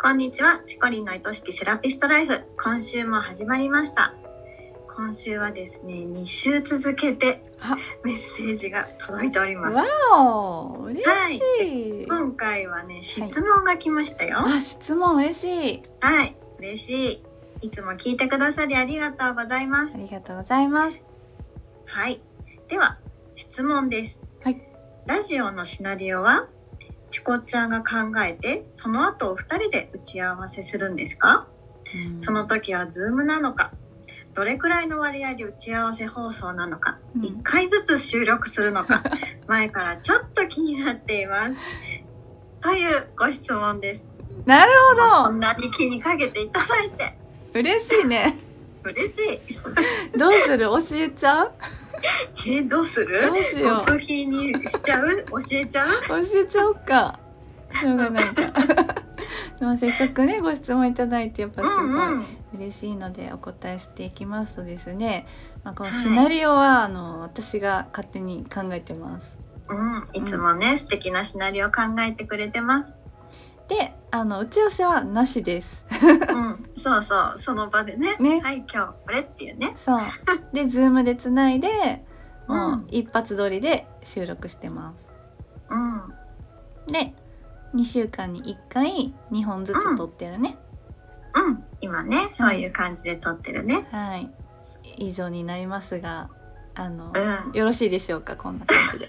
こんにちは、チコリンの愛しきセラピストライフ。今週も始まりました。今週はですね、2週続けてあメッセージが届いております。わお嬉しい、今回はね、質問が来ましたよ。あ質問嬉しいはい、嬉しい。いつも聞いてくださりありがとうございますあ。りがとうございますはい。では、質問です。はい。ラジオのシナリオは、チコちゃんが考えて、その後お二人で打ち合わせするんですかその時はズームなのか、どれくらいの割合で打ち合わせ放送なのか、うん一1回ずつ収録するの か、前からちょっと気になっています。というご質問です。なるそほんなに気にかけていただいてど嬉しいね嬉しい。どうする教えちゃうえどうするどうしよう極秘にしちゃう教えちゃう 教えちゃおうかしょうがないかでもせっかくねご質問いただいてやっぱうすごい、んうん。嬉しいのでお答えしていきますとですね、まあ、こはのいシナリオは、あの私が勝手に考えてます。うん、いつもね、素敵なシナリオ考えてくれてます。であの打ち合わせはなしです。うん、そうそう、その場でね。ねはい、今日はこれっていうね。そうで Zoom でつないでもううん一発撮りで収録してまうん、す。で2週間に1回2本ずつ撮ってるね。うん、今ね、そういう感じで撮ってるね。はい以上になりますがあの、うん、よろしいでしょうかこんな感じで。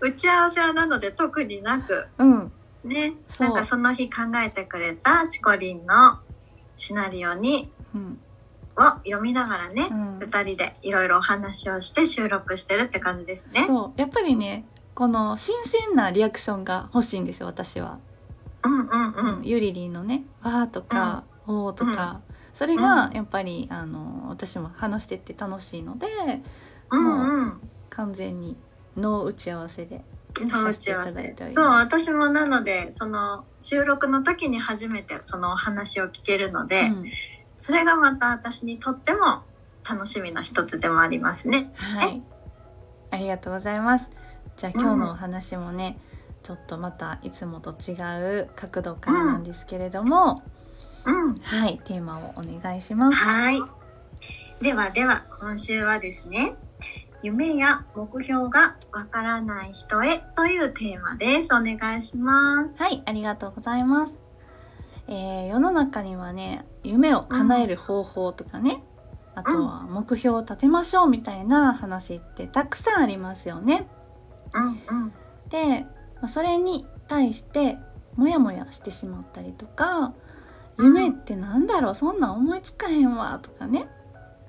打ち合わせはなので特になく、うんね、そうなんかその日考えてくれたチコリンのシナリオに、うんを読みながらねう、ん二、人でいろいろお話をして収録してるって感じですね。そうやっぱりねこの新鮮なリアクションが欲しいんですよ私は。うんうんううん。んゆりりんのね「わ」とか「おー」とか、それがやっぱりあの私も話してって楽しいのでうんうん。完全にの打ち合わせでの打ち合わさせていただいておせ。りそう、ま私もなので、その収録の時に初めてそのお話を聞けるので、うんそれがまた私にとっても楽しみの一つでもありますね。はいありがとうございますじゃあ今日のお話もね、ちょっとまたいつもと違う角度からなんですけれども、うん。はいテーマをお願いします。はい。ではでは、今週はですね、夢や目標がわからない人へというテーマです。お願いします。はい、ありがとうございます。えー世の中にはね、夢を叶える方法とかね、あとは目標を立てましょうみたいな話ってたくさんありますよね。うんうん。で、まあそれに対してモヤモヤしてしまったりとか、夢ってなんだろう、そんなん思いつかへんわとかね。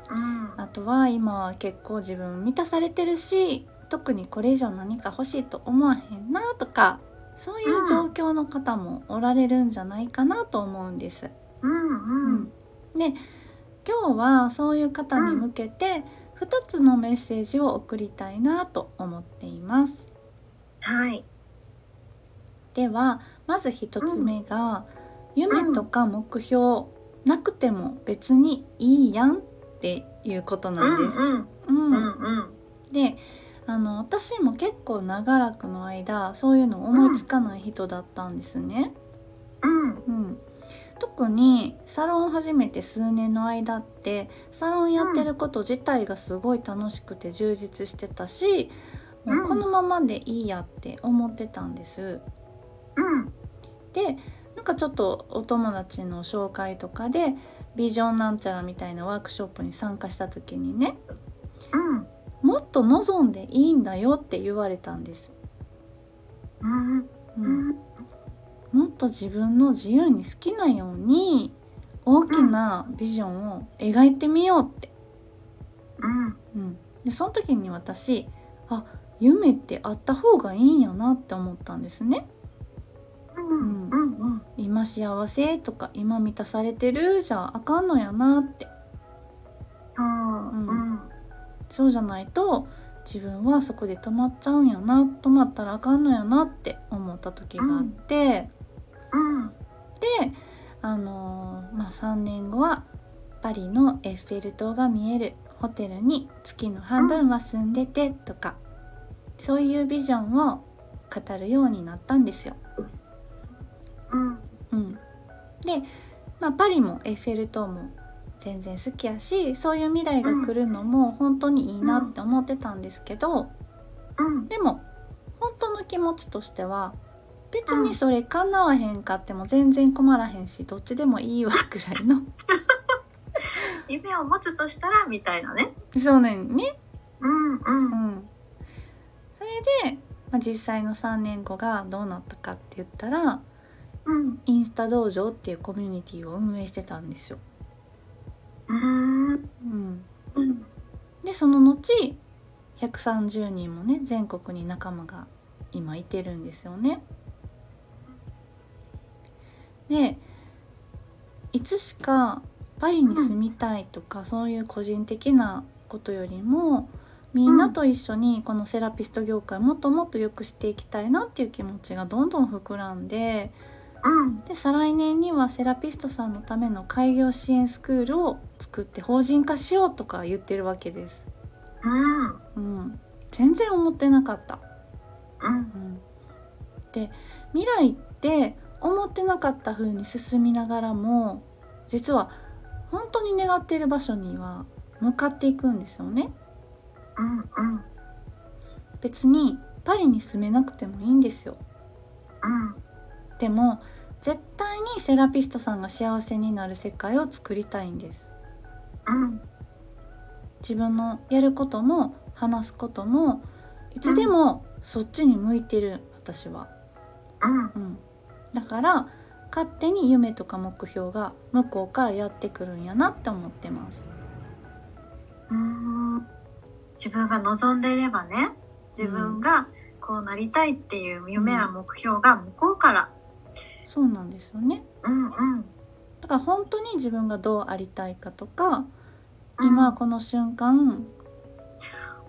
うん。あとは今は結構自分満たされてるし、特にこれ以上何か欲しいと思わへんなとか、そういう状況の方もおられるんじゃないかなと思うんです。うんうん。で今日はそういう方に向けて2つのメッセージを送りたいなと思っていますはい。ではまず1つ目が、夢とか目標なくても別にいいやんっていうことうなんんです、うん。うんうんうん。であの私も結構長らくの間そういうの思いつかない人だったんですね、うん。うん、特にサロンを始めて数年の間ってサロンやってること自体がすごい楽しくて充実してたし、うんもうこのままでいいやって思ってたんです。うん。でなんかちょっとお友達の紹介とかでビジョンなんちゃらみたいなワークショップに参加した時にねうん。もっと望んでいいんだよって言われたんです。うん。うんうん。もっと自分の自由に好きなように大きなビジョンを描いてみようって、うん。うん、でその時に私あ夢ってあった方がいいんやなって思ったんですねうん。うん。今幸せとか今満たされてるじゃあかんのやなってそう。うん。そうじゃないと自分はそこで止まっちゃうんやな止まったらあかんのやなって思った時があって、うん。であのーまあ、3年後はパリのエッフェル塔が見えるホテルに月の半分は住んでてとか、そういうビジョンを語るようになったんですよ。うん。うん、で、まあ、パリもエッフェル塔も全然好きやしそういう未来が来るのも本当にいいなって思ってたんですけど、うんでも本当の気持ちとしては別にそれ叶わへんかっても全然困らへんしどっちでもいいわく らいの夢を持つとしたらみたいなねそうなんね、うんうんううんん、それで、まあ、実際の3年後がどうなったかって言ったらうんインスタ道場っていうコミュニティを運営してたんですよ。うんうん、うんでその後130人もね全国に仲間が今いてるんですよね。でいつしかパリに住みたいとか、そういう個人的なことよりもみんなと一緒にこのセラピスト業界もっともっと良くしていきたいなっていう気持ちがどんどん膨らんでうんで再来年にはセラピストさんのための開業支援スクールを作って法人化しようとか言ってるわけです。うんうん、全然思ってなかった。うんうん、で未来って思ってなかった風に進みながらも実は本当に願っている場所には向かっていくんですよね。うんうん別にパリに住めなくてもいいんですよ。うんでも絶対にセラピストさんが幸せになる世界を作りたいんです。うん自分のやることも話すこともいつでもそっちに向いてる私は。うんうん、だから勝手に夢とか目標が向こうからやってくるんやなって思ってます。うん自分が望んでいればね自分がこうなりたいっていう夢や目標が向こうからそうなんですよね。うんうんだから本当に自分がどうありたいかとか、うん今この瞬間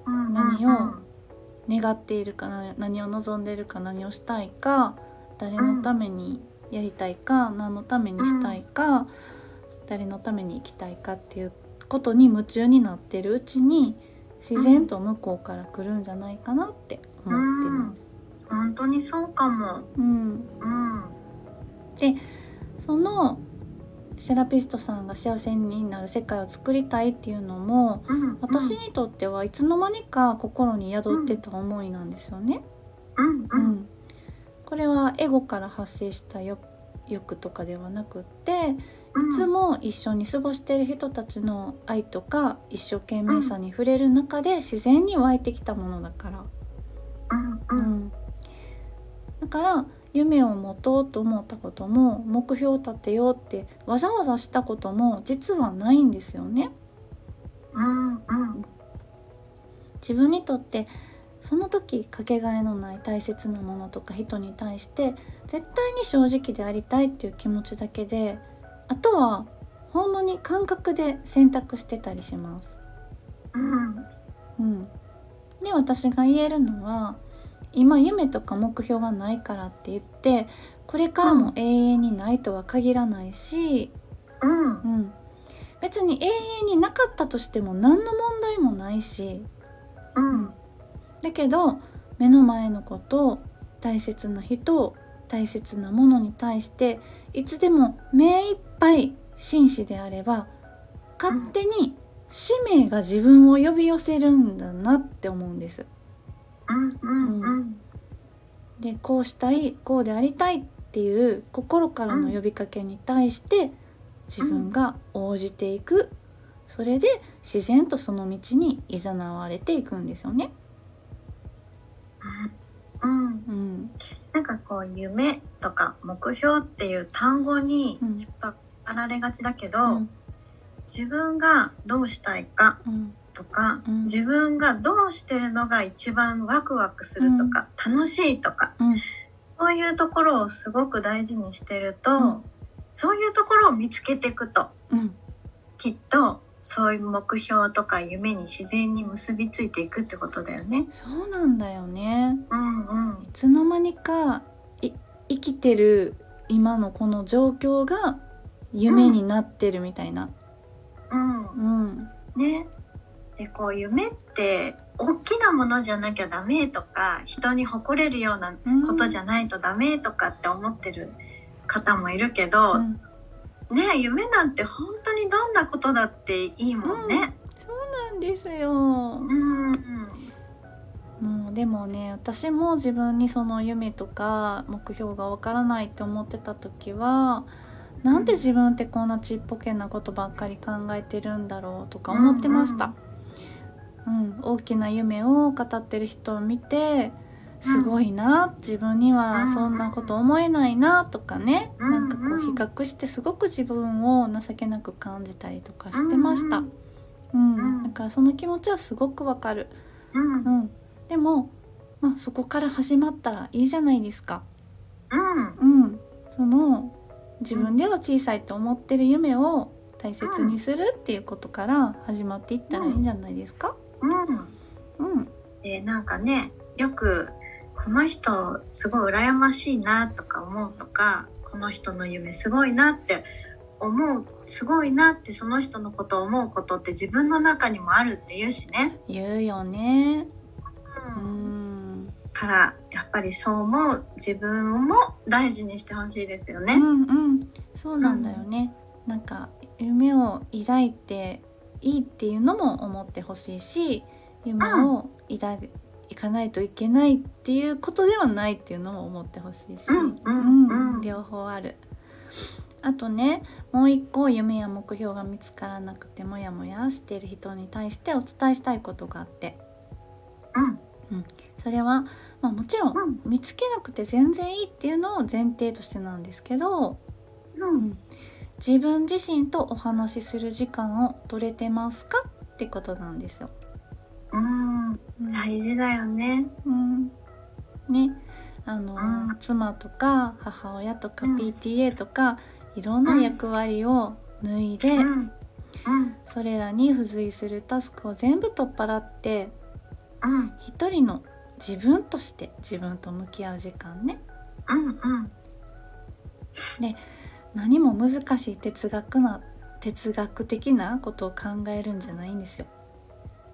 うん何うをん願っているかな何を望んでいるか何をしたいか誰のためにやりたいか、何のためにしたいか、誰のために生きたいかっていうことに夢中になってるうちに自然と向こうから来るんじゃないかなって思ってます。本当にそうかもうんうんそのセラピストさんが幸せになる世界を作りたいっていうのもうん私にとってはいつの間にか心に宿ってた思いなんですよね。うんううんん、これはエゴから発生した欲欲とかではなくってうんいつも一緒に過ごしている人たちの愛とか一生懸命さに触れる中で自然に湧いてきたものだから。うんううんん、だから夢を持とうと思ったことも目標を立てようってわざわざしたことも実はないんですよね。うんうん自分にとってその時かけがえのない大切なものとか人に対して絶対に正直でありたいっていう気持ちだけであとはほんまに感覚で選択してたりします。うんうん、で私が言えるのは今夢とか目標がないからって言ってこれからも永遠にないとは限らないし、うんうん、別に永遠になかったとしても何の問題もないしうんだけど目の前のこと大切な人大切なものに対していつでも目いっぱい真摯であれば勝手に使命が自分を呼び寄せるんだなって思うんです。うんうんうんでこうしたいこうでありたいっていう心からの呼びかけに対して自分が応じていくそれで自然とその道に誘われていくんですよね。うんうん、なんかこう夢とか目標っていう単語に引っ張られがちだけど、うん自分がどうしたいかうんとか、うん自分がどうしてるのが一番ワクワクするとか、楽しいとかうんそういうところをすごく大事にしてると、うんそういうところを見つけていくとうんきっとそういう目標とか夢に自然に結びついていくってことだよね。そうなんだよね。うんうんいつの間にかい生きてる今のこの状況が夢になってるみたいな。うんうん、ね。で、こう夢って大きなものじゃなきゃダメとか、人に誇れるようなことじゃないとダメとかって思ってる方もいるけど、うんね夢なんて本当にどんなことだっていいもんね。そうなんですようん、もうでもね私も自分にその夢とか目標がわからないって思ってた時はなんで自分ってこんなちっぽけなことばっかり考えてるんだろうとか思ってました、うん大きな夢を語ってる人を見てすごいな自分にはそんなこと思えないなとかねうんなんかこう比較してすごく自分を情けなく感じたりとかしてましたうんうんだからその気持ちはすごくわかるうんう、ん、でも、まあ、そこから始まったらいいじゃないですか。うん、うん、その自分では小さいと思ってる夢を大切にするっていうことから始まっていったらいいんじゃないですか。うん。うん、で、なんかね、よく、この人すごい羨ましいなとか思うとか、この人の夢すごいなって思う、すごいなってその人のことを思うことって自分の中にもあるって言うしね。言うよね。ううんん、から、やっぱりそう思う自分も大事にしてほしいですようね。ん、うん、そうなんだよね。なんか夢を抱いていいっていうのも思ってほしいし、夢を抱いいかないといけないっていうことではないっていうのも思ってほしいし、うんううんんうん両方あるあとねもう一個夢や目標が見つからなくてモヤモヤしている人に対してお伝えしたいことがあってうん、それは、まあ、もちろんうん、見つけなくて全然いいっていうのを前提としてなんですけどうん、自分自身とお話しする時間を取れてますかってことなんですよ。うん、大事だよね。うんねあの、うん妻とか母親とかうん PTA とか、いろんな役割を脱いで、うん、うん、それらに付随するタスクを全部取っ払ってうん、一人の自分として自分と向き合う時間ねうん、うん、何も難しい哲学な哲学的なことを考えるんじゃないんですよ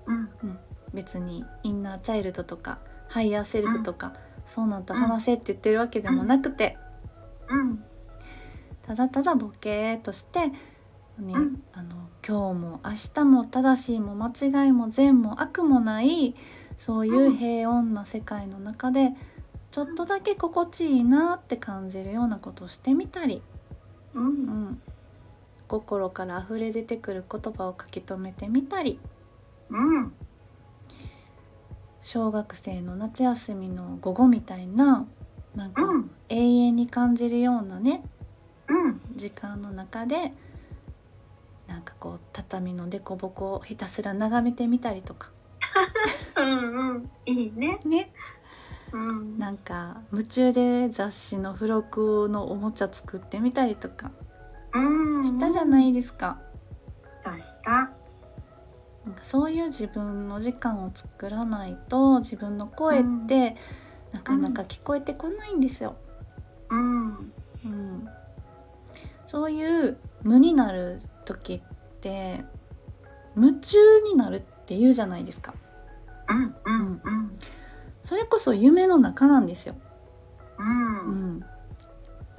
うん、別にインナーチャイルドとかハイヤーセルフとか、そうなんと話せって言ってるわけでもなくて、うん、ただただボケーっとして、ねんあの今日も明日も正しいも間違いも善も悪もないそういううん平穏な世界の中でちょっとだけ心地いいなって感じるようなことをしてみたり、う、うんん、心から溢れ出てくる言葉を書き留めてみたりうん、小学生の夏休みの午後みたいななんかうん、永遠に感じるようなねうん。時間の中でなんかこう畳の凸凹をひたすら眺めてみたりとかうんうん、いいね。ねうん。なんか夢中で雑誌の付録のおもちゃ作ってみたりとかうん。したじゃないですか。出した。なんかそういう自分の時間を作らないと自分の声ってなかなか聞こえてこないんですよ。うん。うん、そういう無になる時って夢中になるって言うじゃないですか。うんうんうん。それこそ夢の中なんですよ。う。うんん、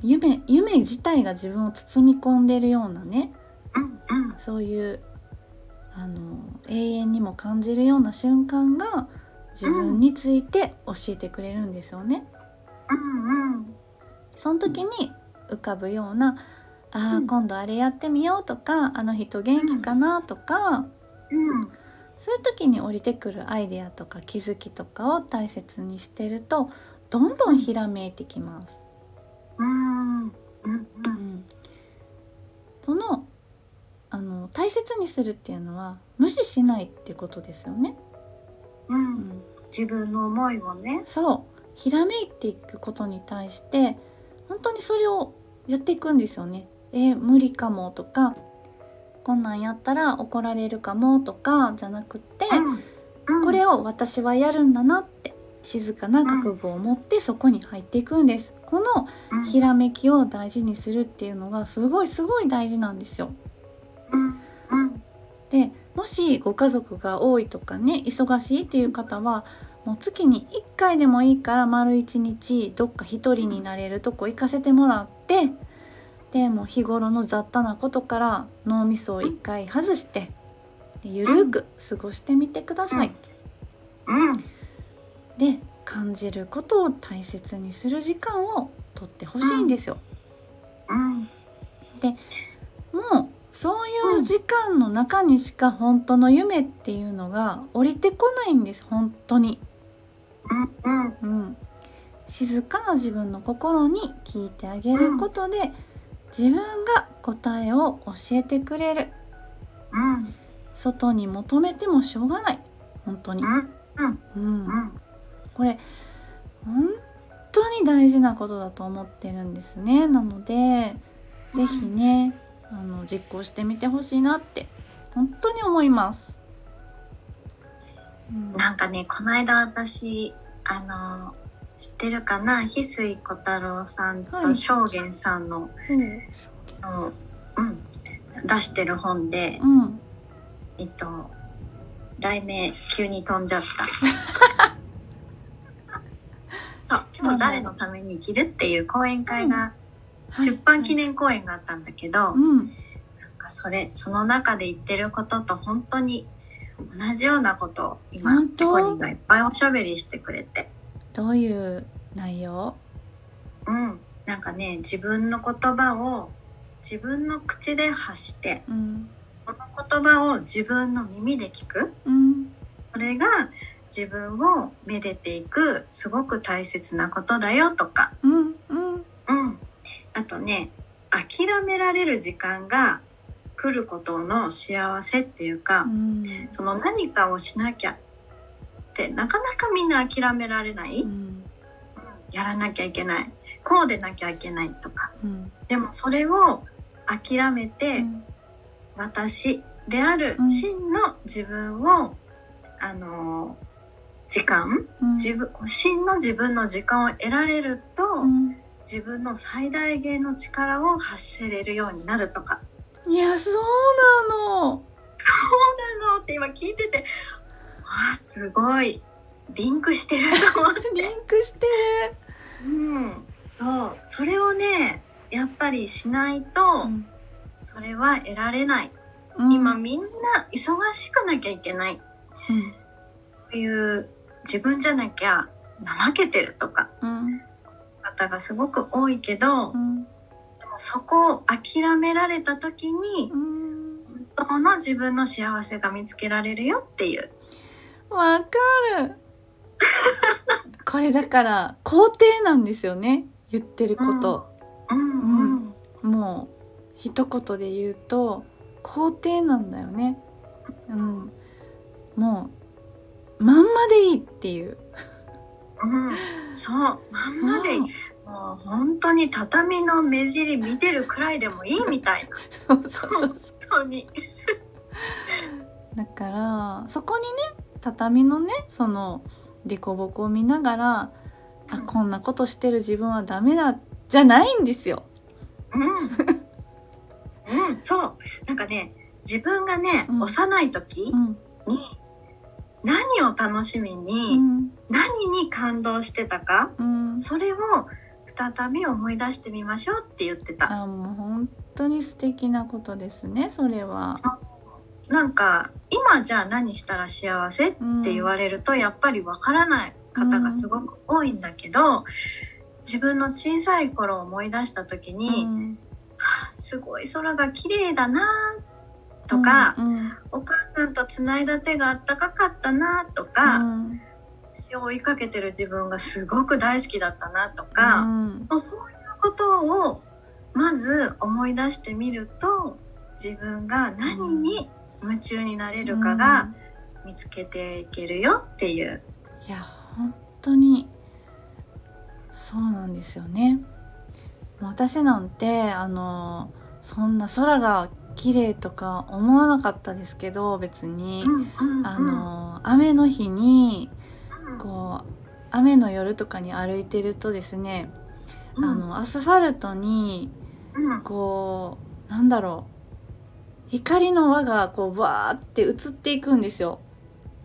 夢夢自体が自分を包み込んでるようなねうんうん。そういうあの永遠にも感じるような瞬間が自分について教えてくれるんですよね。うんうん。その時に浮かぶような「ああ、うん今度あれやってみよう」とか「あの人元気かな」とかうん。そういう時に降りてくるアイデアとか気づきとかを大切にしてるとどんどんひらめいてきます。うん。うんうん。そのあの大切にするっていうのは無視しないってことですよね。うん。自分の思いをね。そうひらめいていくことに対して本当にそれをやっていくんですよね。えー無理かもとかこんなんやったら怒られるかもとかじゃなくって、うん。これを私はやるんだなって静かな覚悟を持ってそこに入っていくんです。このひらめきを大事にするっていうのがすごいすごい大事なんですよ。うんうんでもしご家族が多いとかね忙しいっていう方はもう月に1回でもいいから丸1日どっか1人になれるとこ行かせてもらってでもう日頃の雑多なことから脳みそを一回外してでゆるーく過ごしてみてください。うんで感じることを大切にする時間をとってほしいんですよ。うんもうそういう時間の中にしか本当の夢っていうのが降りてこないんです本当に。うんうんうん、静かな自分の心に聞いてあげることで、自分が答えを教えてくれるうん外に求めてもしょうがない本当に、うんうんうんうんこれ本当に大事なことだと思ってるんですねなので是非ねあの実行してみてほしいなって本当に思います。うんなんかね、この間私、あの、知ってるかな翡翠小太郎さんはとい正元さんの、あのうん、出してる本で、うん、えっと、題名、急に飛んじゃった。 そう、今日誰のために生きるっていう講演会が、はい出版記念講演があったんだけど、うんなんかそれ、その中で言ってることと本当に同じようなことを今本、当チコリンがいっぱいおしゃべりしてくれて。どういう内容うん、なんかね自分の言葉を自分の口で発してうんこの言葉を自分の耳で聞くうんそれが自分をめでていくすごく大切なことだよとか、うんうんうん、あとね諦められる時間が来ることの幸せっていうか、うんその何かをしなきゃってなかなかみんな諦められない、うんやらなきゃいけないこうでなきゃいけないとかうんでもそれを諦めて私であるうん真の自分を、あのー時間うん自分真の自分の時間を得られると、うん自分の最大限の力を発せれるようになるとかいやそうなのそうなのって今聞いててわあすごいリンクしてると 思ってリンクしてる、うん、そうそれをねやっぱりしないと、うんそれは得られないうん今みんな忙しくなきゃいけないこういう自分じゃなきゃ怠けてるとかうん方がすごく多いけど、うでんもそこを諦められた時にうん本当の自分の幸せが見つけられるよっていうわかるこれだから肯定なんですよね言ってること、うんうんもう一言で言うと肯定なんだよねうんもうまんまでいいっていううん、そうまんまでいいもう本当に畳の目尻見てるくらいでもいいみたいなそうそうそうそ本当にうだからそこにね畳のねその凸凹を見ながらあこんなことしてる自分はダメだじゃないんですよ。うん、うん、そうなんかね自分がね、うん幼い時うんに何を楽しみに、うん何に感動してたかうん、それを再び思い出してみましょうって言ってたあもう本当に素敵なことですねそれは。なんか今じゃあ何したら幸せってうん、言われるとやっぱりわからない方がすごく多いんだけど自分の小さい頃を思い出した時うに、んはあすごい空が綺麗だなとか、うんうんお母さんとつないだ手があったかかったなとか、うん詩を追いかけてる自分がすごく大好きだったなとか、うんもうそういうことをまず思い出してみると自分が何に夢中になれるかが見つけていけるよっていう。いや本当にそうなんですよねもう私なんてあのそんな空が綺麗とか思わなかったですけど別に、あの雨の日にこう雨の夜とかに歩いてるとですね、うんあのアスファルトにうんうんこうなんだろう光の輪がこうバーって映っていくんですよ。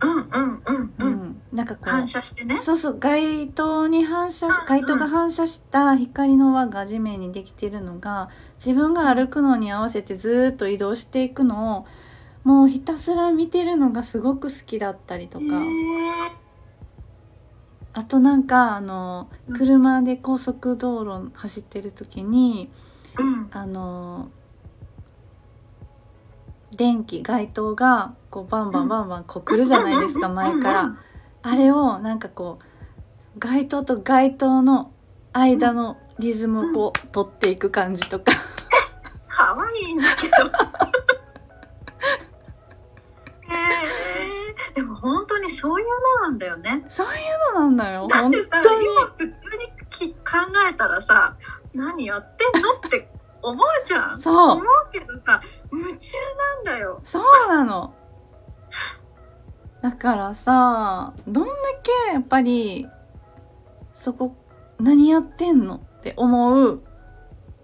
うんうんうんううんんなんかこう反射してね。そうそう街灯に反射しうん街灯が反射した光の輪が地面にできてるのが自分が歩くのに合わせてずーっと移動していくのをもうひたすら見てるのがすごく好きだったりとか、へあとなんかあのうん車で高速道路走ってる時にーうん。あの電気街灯がこうバンバンバンバンこう来るじゃないですかうん前から。うんあれをなんかこう街灯と街灯の間のリズムをこう取っていく感じとか可愛いんだ けど。えーでも本当にそういうのなんだよね。そういうのなんだよだっ本てさ、当に今普通にき考えたらさ、何やってんのって思うじゃん。そう思うけどさ、夢中なんだよ。そうなのだからさどんだけやっぱりそこ何やってんのって思う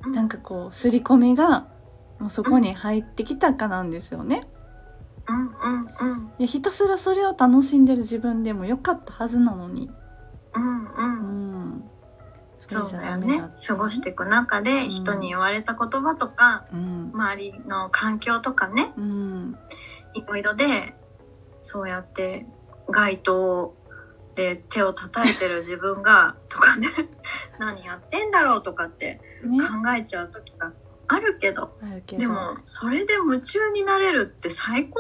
うんなんかこう刷り込みがもうそこに入ってきたかなんですよねうんうんうんいやひたすらそれを楽しんでる自分でもよかったはずなのにうんううん。んそうだよれじゃダメねだった。過ごしていく中で人に言われた言葉とか、うん、周りの環境とかね、うん、いろいろでそうやって街灯で手を叩いてる自分がとかね何やってんだろうとかってね考えちゃう時があるけどあるけどでもそれで夢中になれるって最高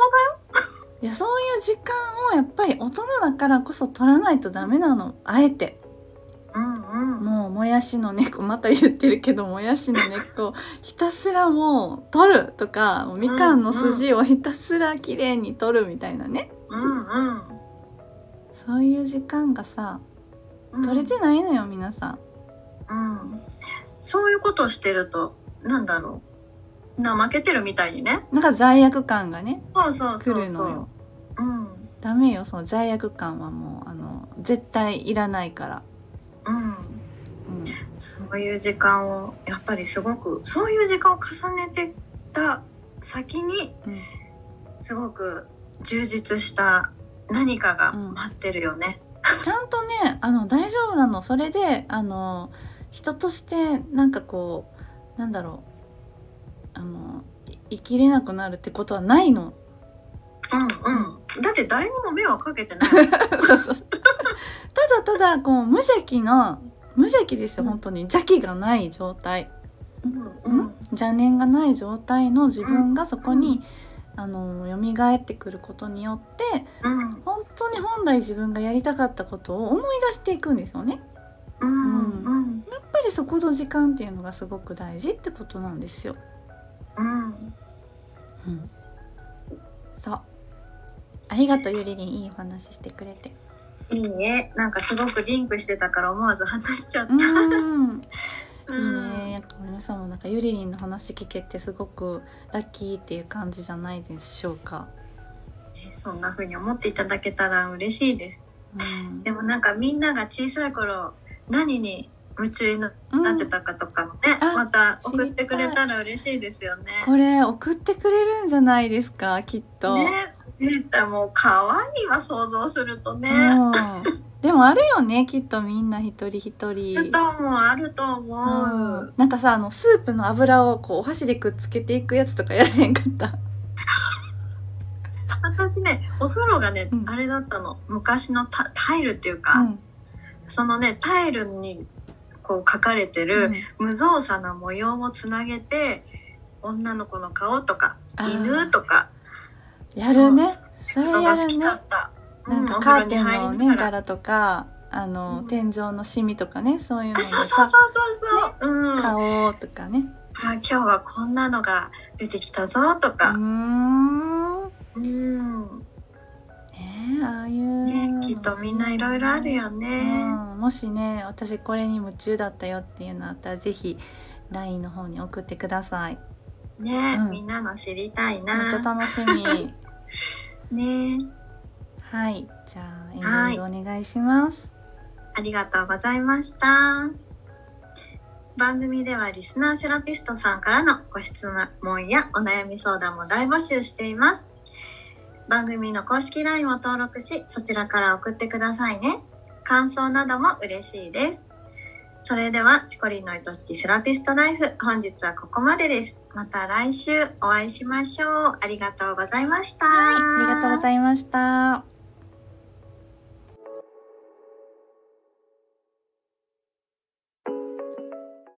いやそういう時間をやっぱり大人だからこそ取らないとダメなのあえてだよ。うんうんもうもやしの根っこまた言ってるけどもやしの根っこを ひたすらもう取るとかもうみかんの筋をひたすら綺麗に取るみたいなねうんうんそういう時間がさうん取れてないのよ皆さんうんそういうことをしてるとなんだろう怠けてるみたいにねなんか罪悪感がねそうそう来そるうのよそう。うんダメよその罪悪感はもうあの絶対いらないから、うんうん、そういう時間をやっぱりすごくそういう時間を重ねてた先にうんすごく充実した何かがうん待ってるよね。ちゃんとねあの大丈夫なのそれであの人としてなんかこうなんだろうあのい生きれなくなるってことはないの うんうん。だって誰にも迷惑かけて ない。うんそうそうそうただただこう無邪気な無邪気ですようん本当に邪気がない状態うんうん邪念がない状態の自分がそこに、あの蘇ってくることによってうん本当に本来自分がやりたかったことを思い出していくんですよねうんやっぱりそこの時間っていうのがすごく大事ってことなんですようん。うん、そうありがとうゆりりんいいお話してくれていいね。なんかすごくリンクしてたから思わず話しちゃっうーんた。いいねなんか皆さんもなんかゆりりんの話聞けてすごくラッキーっていう感じじゃないでしょうか、ねそんな風に思っていただけたら嬉しいです。うんでもなんかみんなが小さい頃何に夢中になうんなってたかとかもね、あまた送ってくれたら嬉しいですよね。これ送ってくれるんじゃないですかきっと、ね、セーターもう可愛いわ想像するとね。うんでもあるよねきっとみんな一人一ある人と思うあると思う。うんなんかさあのスープの油をこうお箸でくっつけていくやつとかやらへんかった私ねお風呂がね、うんあれだったの昔のタタイルっていうか、うんそのねタイルにこう書かれてうるん無造作な模様をつなげて女の子の顔とかあー犬とかやるね人それやがる好きねだった。なんうかお風呂カーにテン入りのなねがら柄とかあの、うん天井のシミとかねそういうのあがそうそうそうさそうそう、うんあ顔とかね今日はこんなのが出てきたぞとうーかんねうん、えああいうねの、きっとみんないろいろあるようね、ん、もしね私これに夢中だったよっていうのあったらぜひ LINE の方に送ってくださいね、うんみんなの知りたいめっちゃな楽しみねはいじゃあエンディングお願いしますありがとうございました番組ではリスナーセラピストさんからのご質問やお悩み相談も大募集しています番組の公式 LINE を登録し、そちらから送ってくださいね。感想なども嬉しいです。それでは、チコリンの愛しきセラピストライフ、本日はここまでです。また来週お会いしましょう。ありがとうございました。はい、ありがとうございました。